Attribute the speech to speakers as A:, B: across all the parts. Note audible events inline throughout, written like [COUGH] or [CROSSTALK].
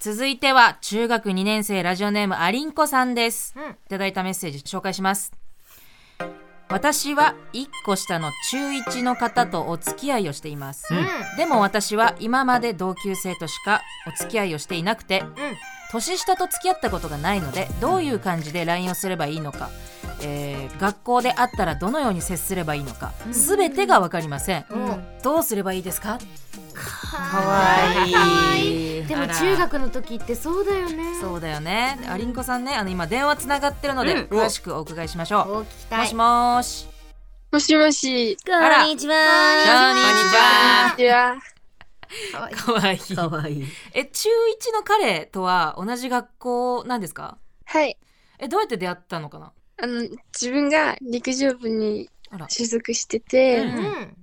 A: 続いては中学2年生ラジオネームアリンコさんです、
B: うん
A: いただいたメッセージ紹介します私は1個下の中1の方とお付き合いをしています、
B: うん
A: でも私は今まで同級生としかお付き合いをしていなくて
B: うん
A: 年下と付き合ったことがないのでどういう感じで LINE をすればいいのか、えー学校で会ったらどのように接すればいいのか全てが分かりません、
B: うん
A: どうすればいいですか
B: か
A: かわいい
B: でも
A: あら
B: 中学の時ってそうだよね
A: そうだよねアリンコさんねあの今電話つながってるので、
B: うん
A: 詳しくお伺いしましょ
B: お聞き
A: う
B: た
A: も
B: い
A: しもーし
C: もしもし。
D: こ
A: ら
D: んにちは。
A: こ
C: いや、
B: かわいい
A: んにちはかわいい
D: かわいい。
A: え中1の彼とは同じ学校なんですか
C: はい。
A: えどうやって出会ったのかな
C: あの、自分が陸上部に
A: あら
C: 所属してて、
A: うん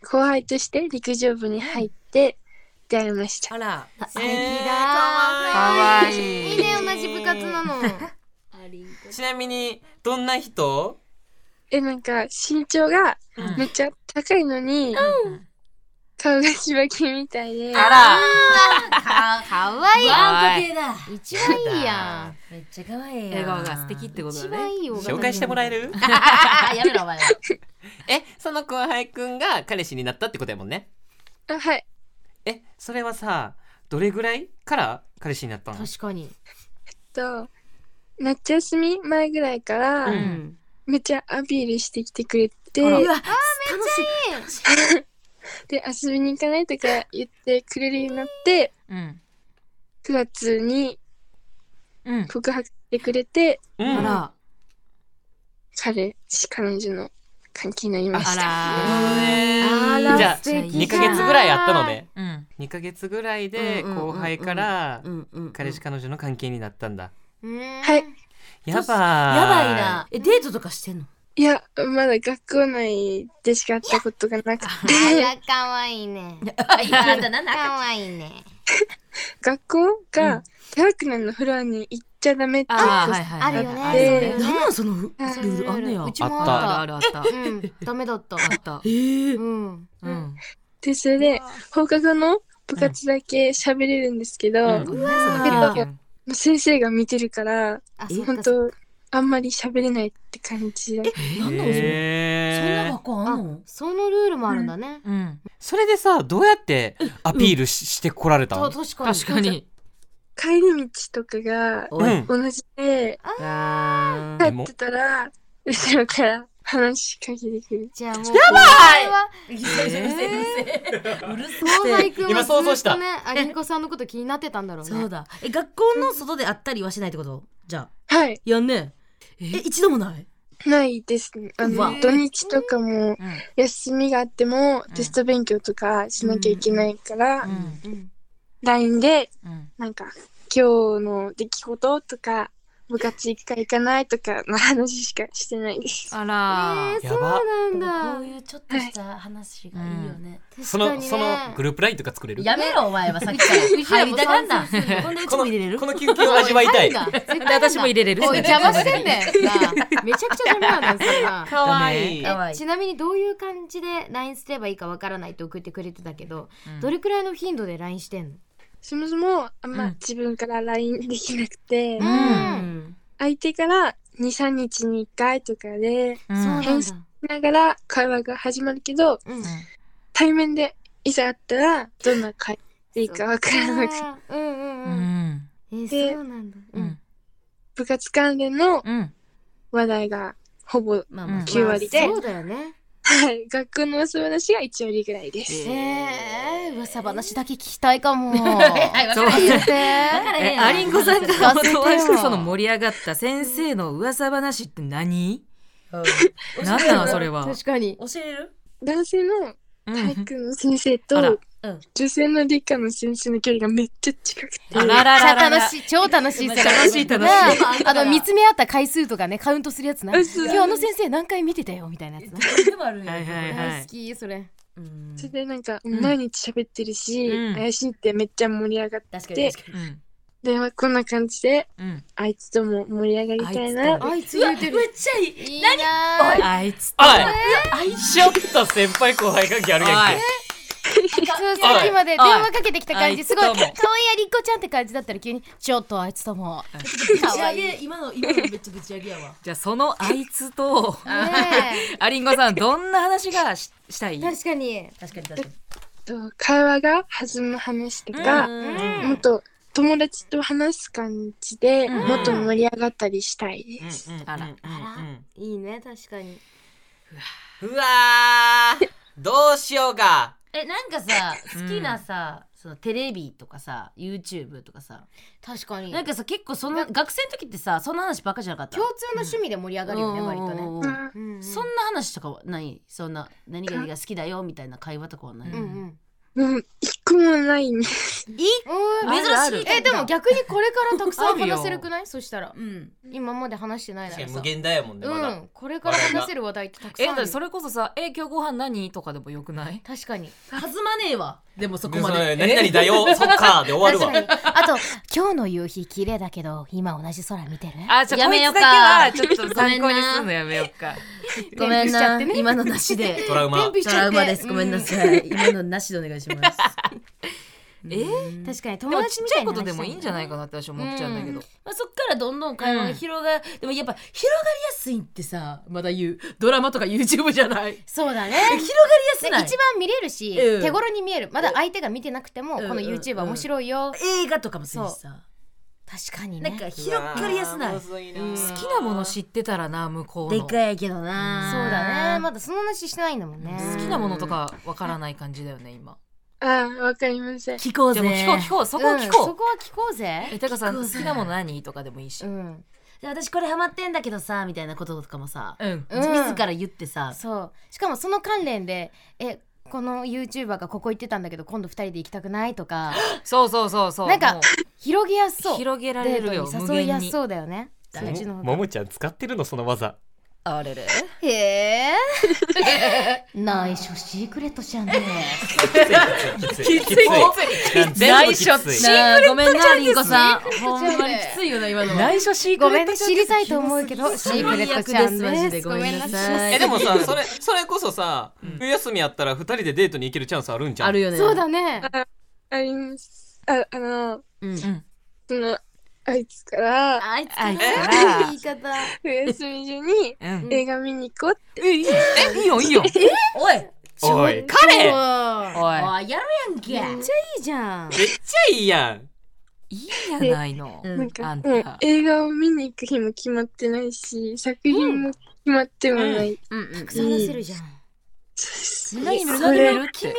C: 後輩として陸上部に入って出会いました。
A: あら
B: 素敵だ
A: かわ
B: い
A: い
B: い
A: い
B: ね同じ部活なの
E: ちなみにどんな人
C: え、なんか身長が
A: うん
C: めっちゃ高いのに、顔がしばきみたいで、
A: あら
B: かかわい
D: ワンコ系だ。
B: い一番いいや
D: めっちゃ可愛いやん。
A: 笑顔が素敵って
B: ん
A: ことだ
B: 一
A: ね
B: 番いい
E: 紹介してもらえる
D: あやめろお前。
E: えその後輩くんが彼氏になったってことやもんね
C: あはい。
E: えそれはさどれぐらいから彼氏になったの
B: 確かに
C: と、夏休み前ぐらいから、
E: う
A: うんん
C: めっちゃアピールしてきてくれて、
A: あら
D: わ
C: で、遊びに行かないとか言ってくれるようになって、
A: うん
C: 9月に
A: うん
C: 告白してくれて、
E: うん
A: あら
C: 彼氏彼女の関係になりま
A: あ
C: した
A: ら
B: あら
E: じゃあ
B: 素敵
A: じゃあ
E: 2ヶ月ぐらいあったので
A: うん
E: 2ヶ月ぐらいで
B: うんうんうんうん
E: 後輩から
B: うんうん
E: 彼氏彼女の関係になったんだ
B: は
C: はい
E: やばー
D: やばいな。えデートとかしてんの？
C: いやまだ学校内でしか会ったことがなくて
B: あらかわいいね
D: [LAUGHS] あいやだな
B: かわいいね
C: 学校
A: うん
C: が体育館のフロアに行っちゃダメって言
A: あー
C: っ
A: はい
C: て
A: はい
B: あるよね
A: あるよね
D: なんなんそのル
C: はい
D: ールあんねや。
B: うちも
E: あ
B: あ
E: っ
B: ったた
A: あるあるあった
B: うんダメだった
A: あった
D: ええ。
B: うん
A: うん
C: でそれで放課後の部活だけ喋れるんですけど、
A: うん
C: も
A: ごめんねその経験
C: う先生が見てるから
B: あそっ
C: 本
B: かそっか
C: 当あんまり喋れないって感じだ
D: なんなのそれ？そんな
E: へー
D: 学校あんの？
B: そのルールもあるんだね
A: うん
E: それでさどうやってアピールししてこられた
B: と
E: の
B: 確かに
A: 確かに
C: 帰り道とかが
E: う
D: おい
E: ん
C: 同じで
D: あ
C: 帰
E: で
C: っ
E: も
C: てたら後ろから話しかけてくる
B: じゃあもうやばい
D: ー。うるせえうるせえうるせえ
B: 後輩くん
E: 今想
B: は
E: 像
B: ず
E: し
B: っと
E: た
B: ねアリンコさんのこと気になってたんだろうね
D: そうだ。え学校の外で会ったりはしないってこと？じゃあ
C: はい
D: やんねえ。え一度もない？
C: ないですねあ
D: うわ
C: の土日とかも
A: うん
C: 休みがあっても
A: ん
C: テスト勉強とかしなきゃいけないから、
A: うん
B: うん、
C: LINE で
A: うん
C: なんか今日の出来事とか部活行くか行かないとかの話しかしてないです。
A: あら
B: えー、
E: や
B: そう
E: ば
B: な
D: こうん
B: だ
D: いうちょっとした話がいいよね。
E: そのそのグ
B: ル
E: ループラインとか作れる
D: やめろお前はさっきから
B: うちら
D: 入
B: も
D: りたがんな。
B: 参戦する
D: ほんでうち
E: こ
D: も
E: の
D: 入れれる？
E: この休憩を味わいたい
B: で
A: で私も入れれる
B: おい邪魔してんだよなあめちゃくちゃ邪魔なんだよそん
A: [LAUGHS]
B: [LAUGHS] な
E: かわいい
D: かわいい
B: ちなみにどういう感じで LINE すればいいかわからないって送ってくれてたけど、
A: うん
B: どれくらいの頻度で LINE してんの
C: そもそもあん
A: う
C: ま
A: ん
C: 自分から LINE できなくて、
A: ん
D: うん。
C: 相手から23日に1回とかで
A: う
B: うんそうなん
A: ん
B: だ、
C: ながら会話が始まるけど
B: うん
C: 対面でいざ会ったらどんな会でいいかわからなくて
B: あーうんうん
A: う
B: うん、
A: ん
B: えー、そうなんだ、う
A: うんん
C: 部活関連の
A: うん
C: 話題がほぼ、
D: まあ
A: まあ
C: 9割
B: ま
C: で
B: あそうだよね
C: はい、学校の噂話が1割ぐらいです。
B: えー、噂話だけ聞きたいか [LAUGHS] も
D: はい、わ
A: そう
D: か
B: 言って
A: えアリンコさんが
B: 忘れてよ
A: 元々その盛り上がった先生の噂話って何
D: る。
A: 何なのそれは
B: 確かに
D: 教えれる
C: 男性の
A: う
C: 体
A: ん
C: 育の先生
A: あら
C: と
D: うん
C: 女性の理科の先生の距離がめっちゃ近くて
A: あらら
B: めっちゃ
A: ららら
B: 楽しい超楽しい世界
A: 楽しい楽しい
B: ねあの見つめ合った回数とかねカウントするやつな
C: うんそう
B: 今日あの先生何回見てたよみたいなやつな
D: でもあるんや
A: はいはい
B: 大好きそれ
D: うん
C: それでなんか
A: ん
C: 毎日喋ってるし、
A: うん
C: 怪しいってめっちゃ盛り上がって
D: 確かに
C: で
D: 確か
A: う
D: に。
A: ん
C: 電話こんな感じで
A: うん
C: あいつとも盛り上がりたい
A: あいつ
C: な
A: と
B: あいつ
D: うわ
B: 言
D: め
B: う
D: って
B: る
D: ちゃいい。
B: いいな
A: あいつ
E: おいちょっと先輩後輩関係あるやんけ
B: そうさっきまで電話かけてきた
A: お
B: 感
A: い
B: じすごい
A: あい
B: 可
A: つ
B: 愛
A: と
B: い
A: も
B: アリッコちゃんって感じだったら急にちょっとあいつとも
D: ぶち
B: かわ
D: 上
B: いいね
D: げ今の今のめっちゃぶち上げやわ
A: じゃあそのあいつと
B: え
A: ありんごさんどんな話がししたい
F: 確かに
D: 確かに確かに
C: と会話が弾む話とか、
A: うん
C: もっと友達と話す感じで、
A: うん
C: もっと盛り上がったりしたいです。
A: あら
F: いいね確かに
E: うわーどうしようか
D: えなんかさ
A: うん
D: 好きなさ、そのテレビとかさ YouTube とかさ
B: 確かに
D: なんかさ結構そんな学生の時ってさそんな話ばっかじゃなかった
B: 共通の趣味で盛り上がるよね割とね
D: う
C: う
D: ん
B: う
C: ん
B: んうん
D: そんな話とかはないそんな何々が好きだよみたいな会話とかはない、
A: う
B: うんうん
C: もう一個もないんで
B: うん
A: あるある
B: 珍しいえでも逆にこれからたくさ
A: あ
B: ん
A: るよ
B: 話せるくないそしたら
D: うん
B: 今まで話してないな
E: 確からに
B: さ
E: 無限大やもんねまだ、
B: うんこれから話せる話題ってたく
A: え
B: さ
A: だ
B: んあ
A: って
B: る
A: それこそさ「え今日ご飯何?」とかでもよくない
B: 確かに
D: 弾まねえわでもそこ
E: で
D: ま
E: それ
D: で
E: 何々だよそっかで終わるわ
B: 確かにあと今日の夕日綺麗だけど今同じ空見てる
A: あじゃあ
D: や
A: こい
D: め
A: つだ
D: よう
A: け
D: か
A: はちょっと参考にするのやめようか
D: ごめん
B: しちゃ
D: な、
B: ってね [LAUGHS]
D: 今のなしで
E: トラウマ
B: ピし
D: ト
B: ちゃって
D: ラウマですごめんな
B: [LAUGHS]
D: さい、今のなしでお願いします
A: えー
B: 確かに
A: でも
B: 友
A: ち
B: 達
A: っ
B: み
A: ちゃ
B: た
A: い
B: い
A: こ
B: な
A: と
B: 話
A: でもいいんじゃないかなって私は思っちゃうんだけど、
D: まあ、そっからどんどん会話が広が、でもやっぱ広がりやすいってさまだ言うドラマとか YouTube じゃない
B: そうだね
D: 広がりやす
B: で一
D: ない
B: 番見れるし、
D: うん
B: 手頃に見えるまだ相手が見てなくても、
D: うん
B: この YouTuber 面白いよ、
D: 映画とかもするしさ
B: 確かに
D: なんか広がりやすな
E: う
D: い
E: わーむずいな
A: 好きなもの知ってたらな向こう
D: で
A: の
D: かいけどな
B: そうだねまだその話してないんだもんね
A: 好きなものとかわからない感じだよね今
C: ああ、わかりません。
D: 聞こう
A: じ
D: ぜ
A: ゃあもう聞こう聞こうそこは聞こう、
B: んそこは聞こうぜ
A: えたかさん
D: 聞こ
A: 好
D: うぜ
A: きなもの何とかでもいいし
B: うん
D: で私これハマってんだけどさみたいなこととかもさ、
A: うん
B: うん
D: 自ら言ってさ
B: そうしかもその関連でえこの YouTuber がここ行ってたんだけど今度二人で行きたくないと
A: [GASPS]
B: か
A: そうそうそうそう
B: なんか
A: も
B: 広げやす
A: う
B: そう
A: 広げられ
B: デ
A: るよ
B: ート
A: 無
B: に誘い
A: 限
B: やす
A: に
B: そうだよねそっちの方が
E: ももちゃん使ってるのその技
A: あれれ
B: へ
A: [LAUGHS]
B: え内緒シークレットじゃ
A: [LAUGHS]
B: ね
E: [LAUGHS] きついきついきつい
A: 内緒
E: きつい
D: なあごめんなリンコさんほんまにきついよな今のは
A: 内緒シー
B: ご
A: クレ
B: め
A: ッ
B: んね
A: ト
B: 知りたいと思うけどシークレットちゃん
D: 最悪
B: です
D: です
B: ごめんなさ
D: マ
B: い
D: ジ
E: えでもさそれそれこそさ、冬休みやったら二人でデートに行けるチャンスあるんじゃん
D: あるよね
B: そうだね
C: あります。あ、あの、
D: うん
A: うん
C: その、あいつから、
D: あいつ
A: あいつ
B: 言い方
C: 冬休み中に
A: らうん
C: 映画見に行こうって。
A: えいいよいいよ
D: おいおい
E: おいめっ
B: 彼
A: おい
D: やるやんけ、
B: いいじゃん
E: ちゃいいやん
A: いいやないの
D: うん
C: なんか、
A: あんた
C: もう映画を見に行く日も決まってないし、作品も決まってもない。
B: たくさん話せるじゃん
A: 何見る
C: そ
A: 何見
C: れ
A: るっ
D: 決め
A: て
D: る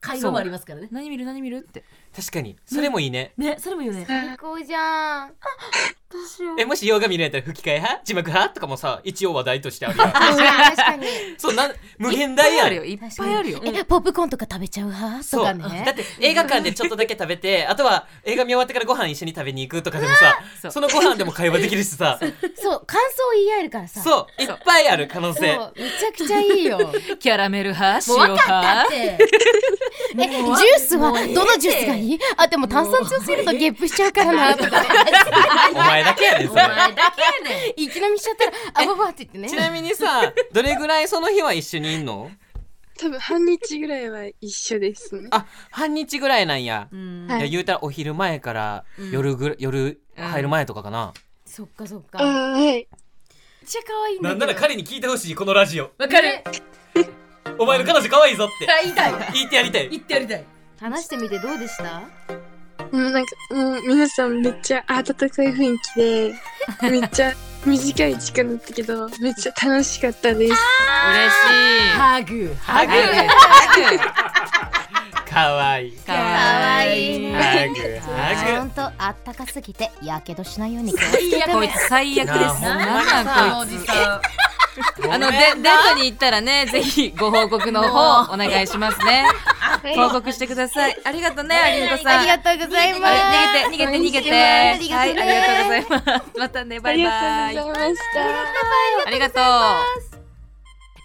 D: 会話もありますからね
A: 何見る何見るって
E: 確かにそれもいいね、
A: ねそれもいいよね
B: 最高じゃん
E: えもし洋画見られたら吹き替え派字幕派とかもさ一応話題としてあるやん
B: 確かに
E: そうなん無限大や
A: いっぱいあるよ
E: ん
A: いっぱいあるよ
B: えポップコーンとか食べちゃう派と
E: そ
B: か
E: う、
B: ね
E: だって映画館でちょっとだけ食べてあとは映画見終わってからご飯一緒に食べに行くとかでも
A: そ
E: さ
A: う
E: そのご飯でも会話できるしさ
B: そう感想を言い合えるからさう
E: そういっぱいある可能
B: そう
E: 性
B: めちゃくちゃいいよ
A: キャラメル派塩派
D: って
B: えジュースはどのジュースがいいあでも炭酸強すぎるとゲップしちゃうからなと
G: [LAUGHS]
D: [LAUGHS]
B: か
E: お前だけやねん
D: お
E: それ
D: 前だけやねん
B: 生き飲みしちゃったらあばばって言って
E: ち
B: ね
E: なみにさどれぐらいその日は一緒にいんの
C: 多分半日ぐらいは一緒ですね。
E: あ半日ぐらいなんや、
D: うん
C: はい
E: いや言うたらお昼前から
D: うん
E: 夜ぐら夜
A: うん
E: 入る前とかかな、
B: そっかそっか
C: あ
B: めっ
C: ーはい。
B: ちゃ可愛いんだ
E: な
B: け
E: ん
B: ど
E: なら彼に聞いてほしいこのラジオ
D: わかる
E: お前の彼女可愛いぞって
D: 言いたい
E: 言ってやりたい
D: 言ってやりたい
B: 話してみてどうでした
C: もうなんか、もう皆さんめっちゃ温かい雰囲気で、めっちゃ短い時間だったけど、めっちゃ楽しかったです。
A: 嬉しい
D: ハグ
E: ハグ
A: ハグ
E: 可愛い
A: かわいい
B: かわいい
A: ね
B: ね
E: ハグ
B: ほ
E: ハ
B: んとあったかすぎてやけどしないように気をつけ
A: 最
B: て
A: 悪こい
B: ね
A: つ最悪です
E: なあ
A: なんなんこいつ
D: さ
E: グ
A: あのデデートに行ったらねぜひご報告の方お願いしますね報告してくださいありがとうねありんこさん
B: ありがとうございます
A: あれ逃げて逃げて逃げて
B: ありが
A: は
B: と
A: いう
B: ね
A: ありがとうございますまたねバイバイ
C: ありがとうございました。
A: ありがとう。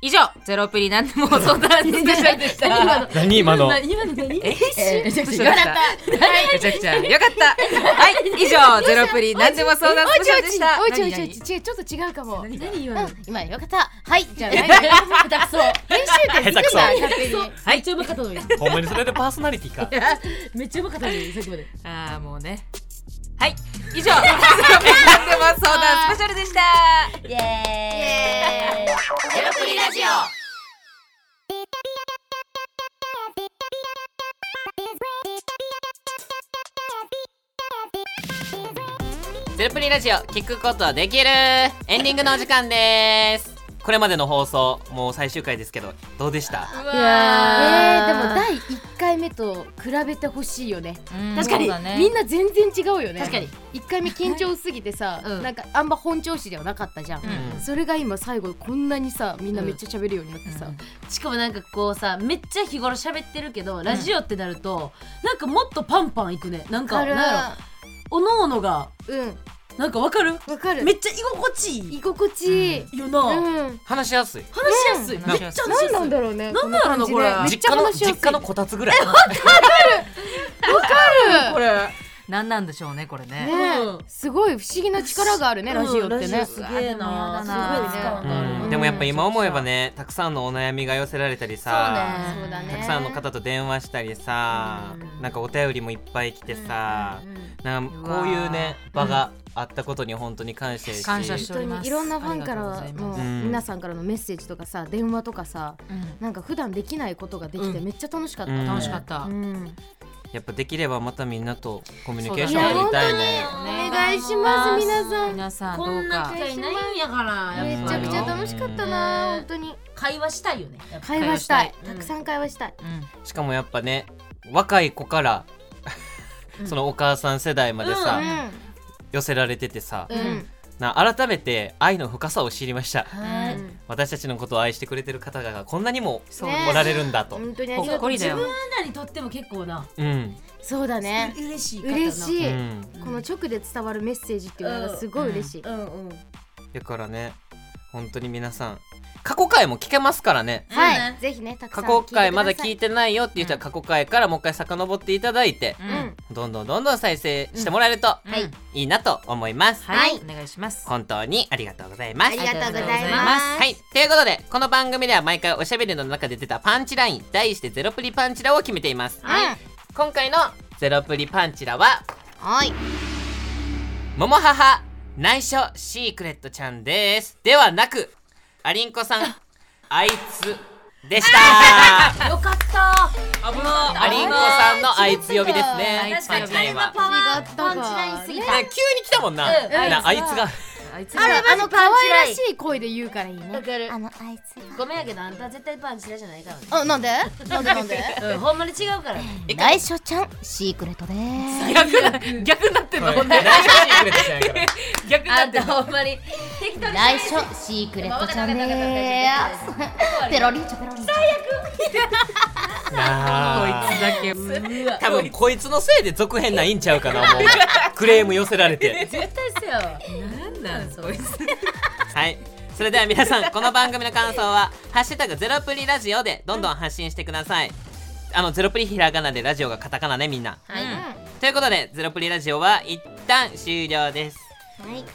A: 以上ゼロプリなんでも相談室でした
G: でした今の
E: 何今の
G: [LAUGHS] 今の何
A: え
G: えーめちゃくちゃ
A: よかっためちゃくちゃよかったはい以上ゼロプリなんでも相談スペシャルでした
B: おいちょい
A: 何
B: ちょい
A: 何
B: ちょいちょっと違うかもうん
G: 何今の
B: 今よかったはいじゃあ来年
G: 下手くそ
E: [LAUGHS]
B: 編集点作んな勝手に
G: めっちゃうまかったのに
E: ほんまにそれでパーソナリティか
G: めっちゃうまかったのにさっきまで
A: ああもうねはい以上ゼロプリなんでも相談スペシャルでした
B: イエーイゼロプリラジオ
E: ゼロプリラジオ聞くことできるエンディングのお時間ですこれまでの放送もう最終回ですけどどうでした
A: い
B: えー、でも
A: ー
B: 第一回目と比べてほしいよね
A: うん
B: 確
A: そ
B: か
A: う
B: に、
A: だね
B: みんな全然違うよね
G: 確かに
B: 1回目緊張すぎてさ、
G: うん
B: なんかあんま本調子ではなかったじゃん、
E: ん
B: それが今最後こんなにさみんなめっちゃ喋るようになってさ、
A: うん
G: しかもなんかこうさめっちゃ日頃喋ってるけどラジオってなると、なんかもっとパンパンいくねなんか
B: わかる
G: なんやろおのおのが
B: うん
G: なんかわかる
B: わかる
G: めっちゃ居心地い
B: 居心地いい、
G: いよな、
B: うん
E: 話しやすい
G: 話しやすい、
A: うん
G: めっちゃ話しやす
B: 何
G: い
B: なんだろうね
G: なんだろうなこれ
B: の感じでめ
E: 実
B: っちゃ
E: 家の
B: 話しやすい
E: 実家のこたつぐらい
G: これ、
A: 何なんでしょうねこれね
B: ね、
G: うん
B: すごい不思議な力があるねラジオっ
G: うん
B: て
G: ラジオ
B: ね
G: すげえな
A: うわでも嫌だな
B: すごいね
G: うん
E: うんでもやっぱ今思えばねたくさんのお悩みが寄せられたりさ
A: そうね
B: そうだね
E: たくさんの方と電話したりさ
B: うん
E: なんかお便りもいっぱい来てさ
B: うんうん
E: なんかこういうね場があったことに本当に感謝し
A: 感謝して
B: 本
A: おり
B: 当
A: ま
B: に
A: す
B: いろんなファンから
A: ありがとうご
B: の
A: ざいます
E: ん
B: 皆さんからのメッセージとかさ電話とかさ
A: うん
B: なんか普段できないことができて
A: う
B: めっちゃ楽しかった、
E: う
B: うんん
A: 楽しかった
E: やっぱできればまたみんなとコミュニケー
B: い
E: ション
B: や
E: 取り
B: 本
E: た
B: 当
E: い
B: に
E: ね
B: お願いします皆さん
A: 皆さん
G: こ
A: どうん
G: な
A: か
G: 機会ないんやから
B: め
G: やっ
B: ち
G: ぱ
B: ゃ
G: り
B: くちゃ楽しかったな
G: うん
B: 本当に
G: 会話したいよねやっぱ
B: 会話したい
G: うん
B: たくさん会話したい
E: しかもやっぱね若い子から
G: うん
E: そのお母さん世代まで
B: う
E: さ、
B: ん
E: 寄せられててさ、
B: うん
E: な改めて愛の深さを知りました
G: は
B: う
G: い
B: ん
E: 私たちのことを愛してくれてる方がこんなにも
A: そう
B: ね
E: おられるんだと、
B: 本当にありが
A: ほ
B: と
A: っ
B: う
A: こりだよ
G: 自分らにとっても結構な
E: うん、
B: そうだね
G: う嬉しい方な
B: 嬉し
E: う
B: い、
E: ん、
B: この直で伝わるメッセージっていうのがすごい嬉しい、
G: うんうん
E: だからね本当に皆さん過去回も聞けますからね
B: は
G: う
B: い、
G: ん
B: ぜひねたくさ
E: 過去
B: ん
E: 回まだ
B: くさ
E: 聞いてないよっていう人は過去回からもう一回遡っていただいて
A: う
B: うんん、
E: どんどんどんどん再生してもらえると
A: はい
E: いいなと思います、
A: はいお願いします
E: 本当にありがとうございま
B: あ
E: す
B: りがとうございま
A: ありがとう
B: す
A: ござい
E: はいはいということでこの番組では毎回おしゃべりの中で出たパンチライン題してゼロプリパンチラを決めています
B: はい、
E: 今回のゼロプリパンチラは
B: はい、
E: ももはは内緒シークレットちゃんですではなくアリンコさんあいつで [LAUGHS] した
G: よかった
E: 危なアリンコさんのあいつ呼びです
A: あ
E: ね
A: ー
E: パン
A: 違っ
E: チ
A: た
E: ラインはね
B: 違った
G: パ
B: か
G: ンチラインすぎた
E: 急に来たもんな、
G: うん
E: なあいつが
A: あいつが
B: あのあの可
G: パンチラ
B: 愛
G: イン
B: らしい声で言うからいいね
G: わかる
B: あのあいつ
G: ごめんやけどあんた絶対パンチラじゃないからね
B: あなんでなんでなんで
G: [LAUGHS] うんほんまに違うから
B: [LAUGHS] 内緒ちゃんシークレットです
A: 逆な逆になってんの
E: [LAUGHS] 内緒
A: ほんで
E: シークレットちゃんやから
A: 逆にな
G: あ
A: っ
G: ん
A: て
G: た
A: んの
G: ほんまに適当に
B: 内緒シークレットちゃんですペロリンチョペロリンチョ
E: [LAUGHS] なあ
A: こいつだけう
G: うわ
E: [LAUGHS] 多分こいつのせいで続編ないんちゃうかなもうクレーム寄せられ
A: [LAUGHS]
E: て
G: 絶対せよ
A: んなんそいつ
E: はいそれでは皆さんこの番組の感想は「ハッシュタグゼロプリラジオ」でどんどん発信してくださいあのゼロプリひらがなでラジオがカタカナねみんなということでゼロプリラジオは一旦終了です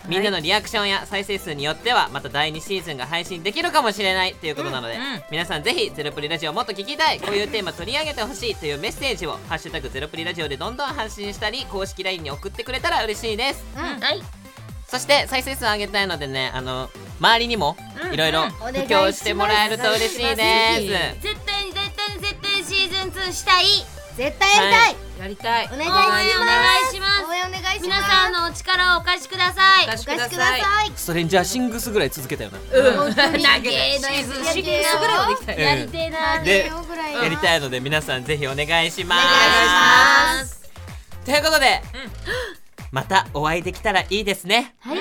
E: みんなのリアクションや再生数によってはまた第2シーズンが配信できるかもしれないということなので、
A: うんうん
E: 皆さんぜひ「ゼロプリラジオ」もっと聞きたいこういうテーマ取り上げてほしいというメッセージを「ハッシュタグゼロプリラジオ」でどんどん発信したり公式 LINE に送ってくれたら嬉しいです
G: はい
E: そして再生数上げたいのでねあの周りにもいろいろ
B: お願いします
E: 布教してもらえると嬉しいです
D: 絶対に絶対に絶対にシーズン2したい
B: 絶対やりたい、
A: やりたい
B: お願い
D: 応
B: し
D: 援
B: ます
D: お願いします
B: 応援お願いします
D: 皆さんのお力をお貸しください
A: お貸し
B: お
A: く
B: 貸
A: だ
B: しくださ
A: さい
B: い
E: ストレンジャーシングスぐらい続けたよな、
G: うん
A: 投げシーズンシックスぐらいまできたよ
D: やりてえな
E: で
B: やりたいよぐらい
E: やりたいので皆さんぜひお願いします
B: 願いします
E: ということで、またお会いできたらいいですね
B: はい、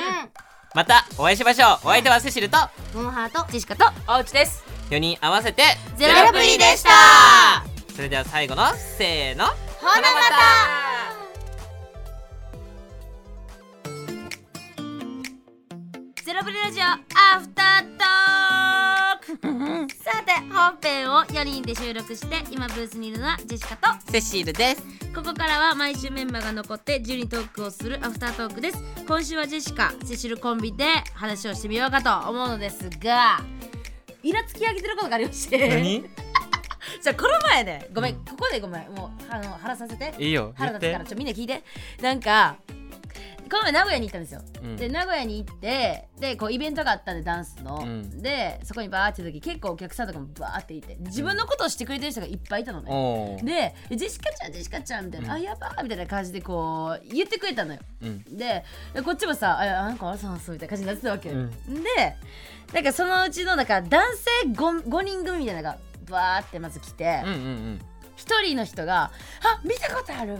E: またお会いしましょうお相手はセシルと
B: モモハート
A: ジェシカとおうちです
E: 4人合わせて
B: ゼロプリでした
E: それでは最後のせーの
B: ほなまた
D: ゼロプリラジオアフタートークさて本編を4人で収録して今ブースにいるのはジェシカと
H: セシールです
D: ここからは毎週メンバーが残って自由にトークをするアフタートークです今週はジェシカセシルコンビで話をしてみようかと思うのですがイラつき上げてることがありまして
E: 何
D: じゃあこの前ねごめん、
E: うん
D: ここでごめんもうあの腹させて
E: いいよ言
D: 腹
E: っ
D: 立つ
E: て
D: からちょみんな聞いてなんかこの前名古屋に行ったんですよ
E: うん
D: で名古屋に行ってでこうイベントがあったんでダンスの、
E: うん
D: でそこにバーって行った時結構お客さんとかもバーっていて自分のことをしてくれてる人がいっぱいいたのね、
E: おー
D: で「ジェシカちゃんジェシカちゃん」みたいな
E: う
D: 「
E: ん
D: あやばー」みたいな感じでこう言ってくれたのよ
E: うん
D: ででこっちもさ「あなんかあらさんす」みたいな感じになってたわけ、
E: うん
D: でなんかそのうちのなんか男性 5, 5人組みたいなのがバーってまず来て
E: うんうん
D: 一、人の人が「あ見たこと
E: [LAUGHS]
D: ある」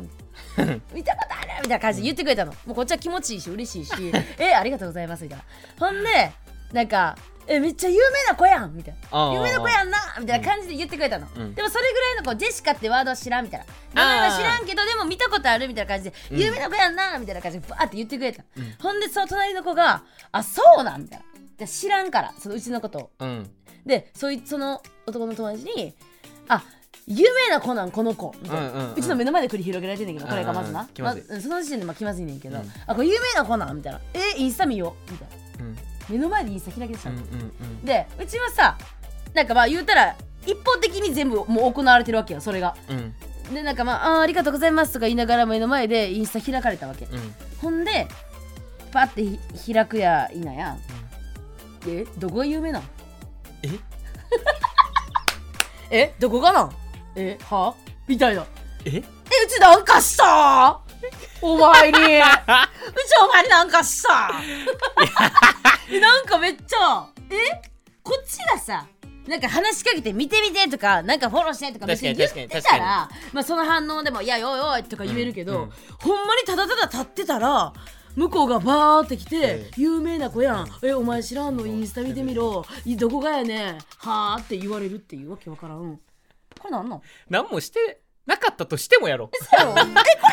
D: 見たことあるみたいな感じで言ってくれたの、もうこっちは気持ちいいし嬉しいし
E: [LAUGHS]
D: 「えありがとうございます」みたいなほんでなんか「えめっちゃ有名な子やん」みたいな「
E: あー
D: 有名な子やんな」みたいな感じで言ってくれたの、
E: うん
D: でもそれぐらいのこうジェシカってワードは知らんみたいな名前は知らんけどでも見たことあるみたいな感じで「
E: うん
D: 有名な子やんな」みたいな感じでバーって言ってくれた、
E: うん
D: ほんでその隣の子が「あそうなんだ」で知らんからそのうちのことを
E: うん
D: でそいその男の友達に「あ有名な子なんこの子」みたいな、
E: うんうんうん
D: ちの目の前で繰り広げられてんねんけどこれがまず
E: うん
D: な
E: うん、気まずい
D: ずその時点でまあ気まずいねんけ
E: う
D: ど、
E: ん
D: あこれ有名な子なんみたいな「えインスタ見よう」みたいな
E: うん
D: 目の前でインスタ開けてた
E: うん
D: の、
E: うん
D: でうちはさなんかまあ言うたら一方的に全部もう行われてるわけよそれが
E: うん
D: でなんかまああー「ありがとうございます」とか言いながら目の前でインスタ開かれたわけ、
E: うん
D: ほんでパッてひ開くやいなや、えどこが有名なん
E: え
D: [LAUGHS] えどこがなんえはみたいな
E: え
D: えうちなんかしたお前にうちお前になんかしたえなんかめっちゃえこっちがさなんか話しかけて見て見てとかなんかフォローしないとか別に言っ
E: 確か
D: て
E: に確かに
D: たらまあその反応でも「いやよいよい」とか言えるけど、
E: うんうん
D: ほんまにただただ立ってたら向こうがバーって来て、
E: ええ
D: 有名な子やん、えお前知らんのインスタ見てみろいどこがやねんはあって言われるっていうわけわからんこれなんなん
E: 何もしてなかったとしてもやろ
D: だろえこ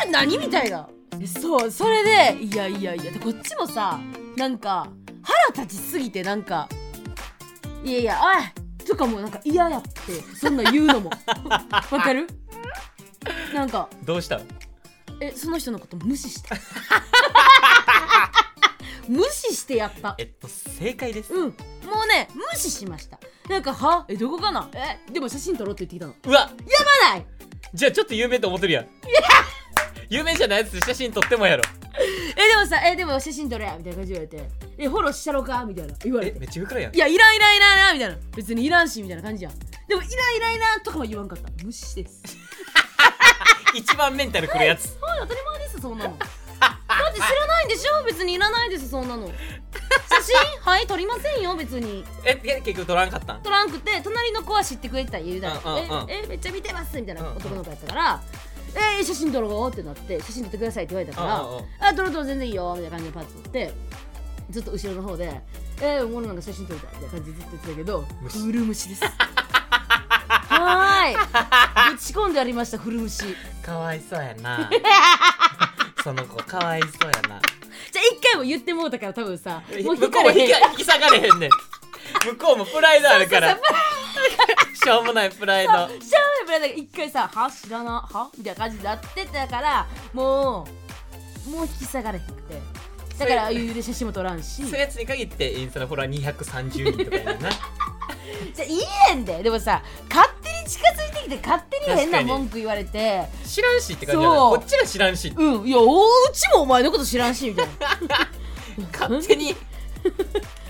D: れ何みたいなそうそれでいやいやいやでこっちもさなんか腹立ちすぎてなんかいやいやおいとかもなんか嫌やってそんなん言
E: [LAUGHS]
D: うのもわかるなんか
E: どうした
D: えその人のこと無視 [LAUGHS] した無視してやった
E: えっと正解です
D: うんもうね無視しましたなんかはえどこかなえでも写真撮ろうって言ってきたの
E: うわ
D: まない
E: じゃあちょっと有名と思ってるやん有名じゃないやつ写真撮ってもやろ
D: えでもさえでも写真撮れみたいな感じで言われてえフォローしたろかみたいな言われ
E: え
D: て
E: めっちゃ上からやん
D: いやいらんいらんいらんいらんみたいな別にいらんしみたいな感じやんでもいらんいらんいらんとかは言わんかった無視です
E: 一番メンタルくるやつ
D: はい当たり前ですそん [LAUGHS] なのだって知らないんでしょ別にいらないですそんなの写真はい撮りませんよ別に
E: えけ結局撮らんかったん
D: トランクって隣の子は知ってくれてたら言うだろ、
E: うんうんうん
D: ええめっちゃ見てますみたい
E: うん
D: な
E: うん
D: 男の子やったから、えー写真撮ろうってなって写真撮ってくださいって言われたから、
E: うんうんうん
D: あ撮ろう撮ろう全然いいよみたいな感じでパッと撮ってずっと後ろの方でえー、もうなんか写真撮りたいみたいな感じでずっと言ってたけど
E: 虫
D: フル虫です
E: [LAUGHS]
D: はーいぶち込んでありましたフル虫じゃ
E: かわいそうや
D: [LAUGHS]
E: なその子かわいそうやな
D: あ一回も言ってもうたから多分さ
E: え
D: もう
E: 向
D: 引
E: こ
D: か
E: うも
D: れ
E: 引
D: へ
E: か
D: ん
E: 引き下がれへんねん向こうもプライドある
D: [LAUGHS]
E: からしょうもないプライド
D: しゃあないブラ一回さ「は知らなはみたいな感じになってたからもうもう引き下がれへんくてだから
E: それ
D: 余裕で写真も撮らんし
E: そういうやつに限ってインスタのフォロワー230人とかやねん
D: [LAUGHS]
E: な
D: じゃあいいえんででもさ勝手に近づいてきて勝手に変な文句言われて
E: 知らんしって感じやな
D: そう
E: こっちが知らんし
D: うんいやおうちもお前のこと知らんしみたい [LAUGHS] な
E: 勝手に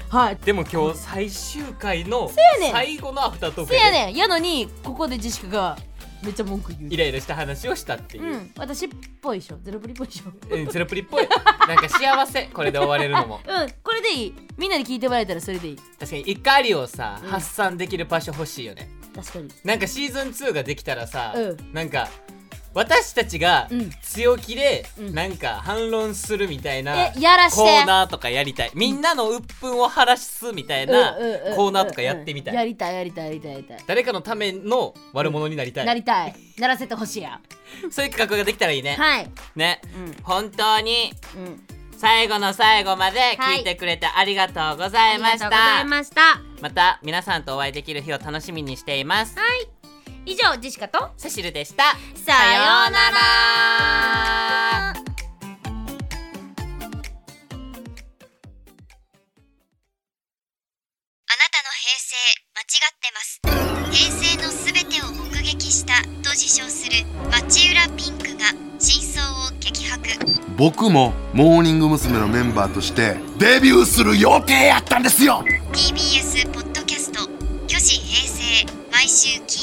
D: はい
E: でも今日最終回の
D: やねん
E: 最後のアフタートーク
D: せや
E: で
D: ねんやのにここでジェシカがめっちゃ文句言う
E: イライラした話をしたっていう
D: う、ん私っぽいでしょゼロプリっぽいでしょ
E: うん、ゼロプリっぽいなんか幸せこれで終われるのも
D: うんこれでいいみんなに聞いてもらえたらそれでいい
E: 確かに怒りをさ、発散できる場所欲しいよね
D: 確かに
E: なんかシーズン2ができたらさ、
D: うん
E: なんか私たちが
D: うん
E: 強気で
D: うん
E: なんか反論するみたいな、
D: えやらして
E: コーナーとかやりたいみんなの鬱憤を晴らすみたいな
D: うんうんうん
E: コーナーとかやってみた
D: や
E: い
D: りたいやりたいやりたいやりたい
E: 誰かのための悪者になりたい、
D: なりたいならせてほしいや
E: そういう企画ができたらいいね、
D: はい
E: ね、
D: うん
E: 本当に
D: うん
E: 最後の最後まで聞いてくれてありがとうございました、
H: ありがとうございました
E: また皆さんとお会いできる日を楽しみにしています、
H: 以上ジェシカと
E: セシルでした
H: さようなら
I: あなたの平成間違ってます平成のすべてを目撃したと自称する町浦ピンクが真相を激白
J: 僕もモーニング娘。のメンバーとしてデビューする予定やったんですよ
I: TBS ポッドキャスト「巨子平成」毎週金